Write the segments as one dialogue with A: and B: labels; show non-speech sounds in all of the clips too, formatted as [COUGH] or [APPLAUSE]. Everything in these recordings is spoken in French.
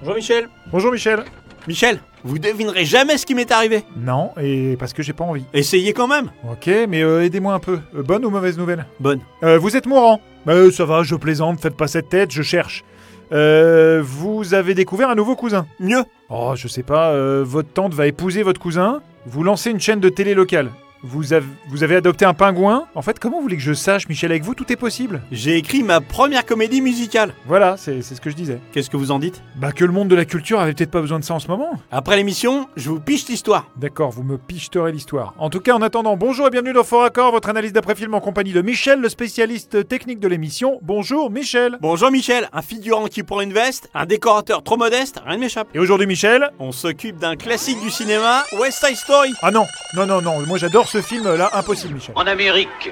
A: Bonjour Michel.
B: Bonjour Michel.
A: Michel, vous devinerez jamais ce qui m'est arrivé.
B: Non, et parce que j'ai pas envie.
A: Essayez quand même.
B: Ok, mais euh, aidez-moi un peu. Euh, bonne ou mauvaise nouvelle
A: Bonne.
B: Euh, Vous êtes mourant. Euh, ça va, je plaisante, faites pas cette tête, je cherche. Euh, vous avez découvert un nouveau cousin.
A: Mieux.
B: Oh, je sais pas, euh, votre tante va épouser votre cousin. Vous lancez une chaîne de télé locale. Vous, avez- vous avez adopté un pingouin. En fait, comment vous voulez que je sache, Michel, avec vous, tout est possible.
A: J'ai écrit ma première comédie musicale.
B: Voilà, c'est c'est ce que je disais.
A: Qu'est-ce que vous en dites
B: Bah que le monde de la culture avait peut-être pas besoin de ça en ce moment.
A: Après l'émission, je vous piche l'histoire.
B: D'accord, vous me picheterez l'histoire. En tout cas, en attendant, bonjour et bienvenue dans Fort Accord, votre analyse d'après-film en compagnie de Michel, le spécialiste technique de l'émission. Bonjour Michel
A: Bonjour Michel, un figurant qui prend une veste, un décorateur trop modeste, rien ne m'échappe.
B: Et aujourd'hui Michel
A: On s'occupe d'un classique du cinéma, West Side Story.
B: Ah non, non, non, non, moi j'adore ce film là, impossible Michel.
C: En Amérique,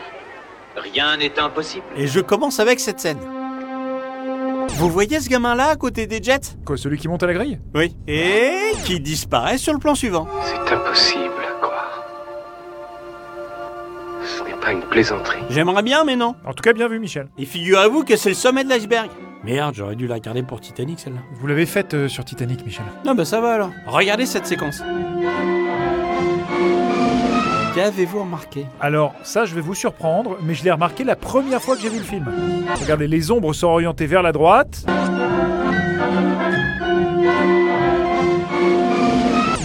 C: rien n'est impossible.
A: Et je commence avec cette scène. Vous voyez ce gamin-là à côté des jets
B: Quoi, celui qui monte à la grille
A: Oui. Et qui disparaît sur le plan suivant.
D: C'est impossible à croire. Ce n'est pas une plaisanterie.
A: J'aimerais bien, mais non.
B: En tout cas, bien vu Michel.
A: Et figurez-vous que c'est le sommet de l'iceberg. Merde, j'aurais dû la garder pour Titanic celle-là.
B: Vous l'avez faite euh, sur Titanic Michel.
A: Non, bah ça va alors. Regardez cette séquence. Qu'avez-vous remarqué
B: Alors, ça je vais vous surprendre, mais je l'ai remarqué la première fois que j'ai vu le film. Regardez, les ombres sont orientées vers la droite.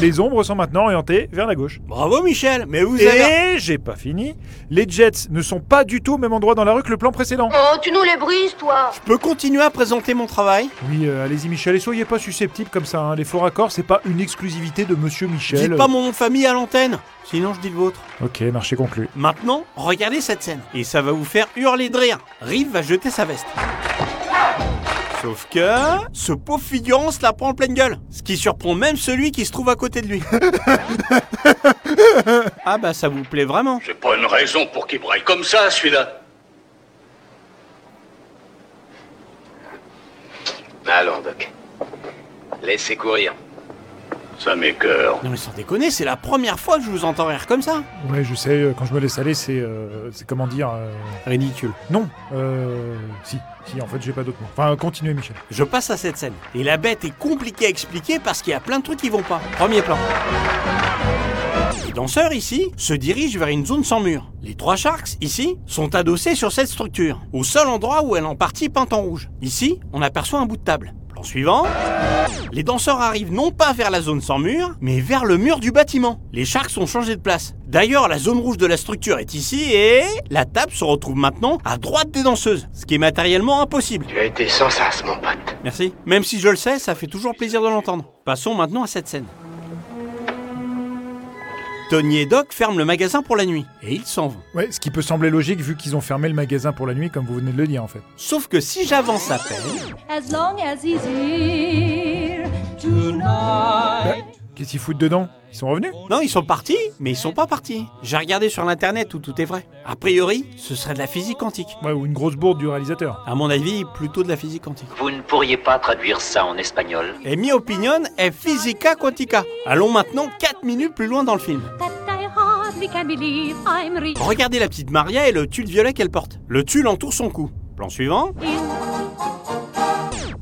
B: Les ombres sont maintenant orientées vers la gauche.
A: Bravo Michel, mais vous avez...
B: Et j'ai pas fini. Les Jets ne sont pas du tout au même endroit dans la rue que le plan précédent.
E: Oh, tu nous les brises, toi
A: Je peux continuer à présenter mon travail
B: Oui, euh, allez-y Michel, et soyez pas susceptible comme ça. hein. Les faux raccords, c'est pas une exclusivité de Monsieur Michel.
A: Dites pas mon nom de famille à l'antenne, sinon je dis le vôtre.
B: Ok, marché conclu.
A: Maintenant, regardez cette scène, et ça va vous faire hurler de rire. Rive va jeter sa veste. Sauf que ce pauvre figurant se la prend en pleine gueule, ce qui surprend même celui qui se trouve à côté de lui. [LAUGHS] ah bah ça vous plaît vraiment.
C: J'ai pas une raison pour qu'il braille comme ça, celui-là.
D: Allons, Doc. Laissez courir.
C: Ça m'écœure.
A: Non mais sans déconner, c'est la première fois que je vous entends rire comme ça.
B: Ouais, je sais, euh, quand je me laisse aller, c'est. euh, c'est comment dire. euh,
A: Ridicule.
B: Non, euh. Si, si, en fait, j'ai pas d'autre mot. Enfin, continuez Michel.
A: Je passe à cette scène. Et la bête est compliquée à expliquer parce qu'il y a plein de trucs qui vont pas. Premier plan. Les danseurs ici se dirigent vers une zone sans mur. Les trois sharks ici sont adossés sur cette structure, au seul endroit où elle est en partie peinte en rouge. Ici, on aperçoit un bout de table. Plan suivant. Les danseurs arrivent non pas vers la zone sans mur, mais vers le mur du bâtiment. Les sharks ont changé de place. D'ailleurs, la zone rouge de la structure est ici et la table se retrouve maintenant à droite des danseuses, ce qui est matériellement impossible.
D: Tu as été sans sas, mon pote.
A: Merci. Même si je le sais, ça fait toujours plaisir de l'entendre. Passons maintenant à cette scène. Tony et Doc ferment le magasin pour la nuit et ils s'en vont.
B: Ouais, ce qui peut sembler logique vu qu'ils ont fermé le magasin pour la nuit, comme vous venez de le dire en fait.
A: Sauf que si j'avance à peine,
F: as long as he's here tonight.
B: Qu'est-ce qu'ils foutent dedans Ils sont revenus
A: non, ils sont partis, mais ils sont pas partis. J'ai regardé sur l'internet où tout est vrai. A priori, ce serait de la physique quantique.
B: Ouais, ou une grosse bourde du réalisateur.
A: À mon avis, plutôt de la physique quantique.
C: Vous ne pourriez pas traduire ça en espagnol
A: Et mi opinion est physica quantica. Allons maintenant 4 minutes plus loin dans le film.
F: That I hardly can believe I'm reaching
A: Regardez la petite Maria et le tulle violet qu'elle porte. Le tulle entoure son cou. Plan suivant.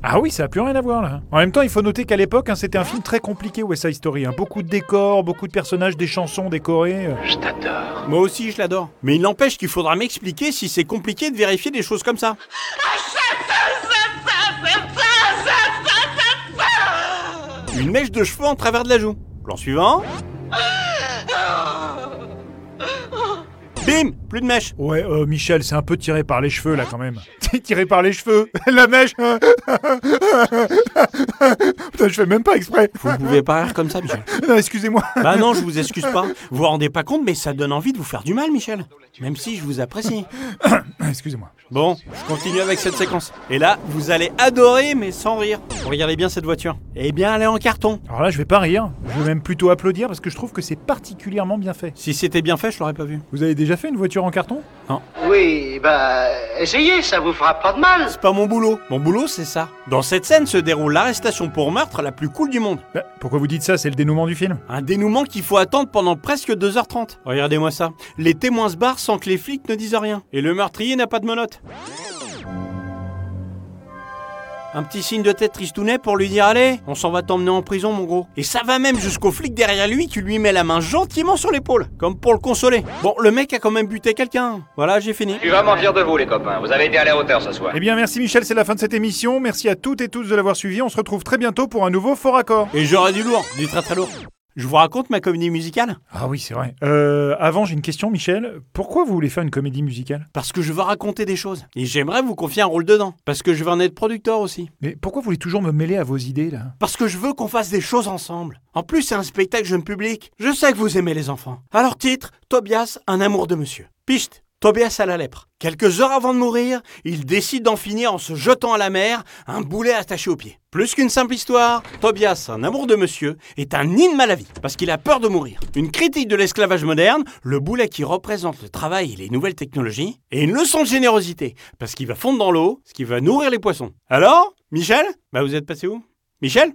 B: Ah oui, ça a plus rien à voir là. En même temps, il faut noter qu'à l'époque, hein, c'était un film très compliqué, West Side Story. hein. Beaucoup de décors, beaucoup de personnages, des chansons décorées. euh.
D: Je t'adore.
A: Moi aussi, je l'adore. Mais il n'empêche qu'il faudra m'expliquer si c'est compliqué de vérifier des choses comme ça. Une mèche de cheveux en travers de la joue. Plan suivant. Bim Plus de mèche.
B: Ouais, euh, Michel, c'est un peu tiré par les cheveux là quand même. [LAUGHS] C'est tiré par les cheveux. [LAUGHS] La mèche. Putain, je fais même pas exprès. [LAUGHS]
A: Vous pouvez pas rire comme ça, Michel.
B: Non, excusez-moi. [LAUGHS]
A: Bah non, je vous excuse pas. Vous vous rendez pas compte, mais ça donne envie de vous faire du mal, Michel. Même si je vous apprécie.
B: Excusez-moi.
A: Bon, je continue avec cette séquence. Et là, vous allez adorer, mais sans rire. Regardez bien cette voiture. Eh bien, elle est en carton.
B: Alors là, je vais pas rire. Je vais même plutôt applaudir parce que je trouve que c'est particulièrement bien fait.
A: Si c'était bien fait, je l'aurais pas vu.
B: Vous avez déjà fait une voiture en carton
D: Oui, bah, essayez, ça vous fera pas de mal.
A: C'est pas mon boulot. Mon boulot, c'est ça. Dans cette scène se déroule l'arrestation pour meurtre la plus cool du monde.
B: Bah, Pourquoi vous dites ça C'est le dénouement du film.
A: Un dénouement qu'il faut attendre pendant presque 2h30. Regardez-moi ça. Les témoins se barrent sans que les flics ne disent rien. Et le meurtrier n'a pas de menottes. Un petit signe de tête tristounet pour lui dire Allez, on s'en va t'emmener en prison, mon gros. Et ça va même jusqu'au flic derrière lui qui lui met la main gentiment sur l'épaule, comme pour le consoler. Bon, le mec a quand même buté quelqu'un. Voilà, j'ai fini.
C: Tu vas mentir de vous, les copains. Vous avez été à la hauteur ce soir.
B: Eh bien, merci Michel, c'est la fin de cette émission. Merci à toutes et tous de l'avoir suivi. On se retrouve très bientôt pour un nouveau Fort Accord.
A: Et j'aurais du lourd, du très très lourd. Je vous raconte ma comédie musicale
B: Ah oui, c'est vrai. Euh, avant, j'ai une question, Michel. Pourquoi vous voulez faire une comédie musicale
A: parce que je veux raconter des choses. Et j'aimerais vous confier un rôle dedans. Parce que je veux en être producteur aussi.
B: Mais pourquoi vous voulez toujours me mêler à vos idées, là
A: Parce que je veux qu'on fasse des choses ensemble. En plus, c'est un spectacle jeune public. Je sais que vous aimez les enfants. Alors titre, Tobias, un amour de monsieur. Picht, Tobias à la lèpre. Quelques heures avant de mourir, il décide d'en finir en se jetant à la mer, un boulet attaché au pied. Plus qu'une simple histoire, Tobias, un amour de monsieur, est un hymne à la vie, parce qu'il a peur de mourir. Une critique de l'esclavage moderne, le boulet qui représente le travail et les nouvelles technologies, et une leçon de générosité, parce qu'il va fondre dans l'eau, ce qui va nourrir les poissons. Alors, Michel Bah vous êtes passé où Michel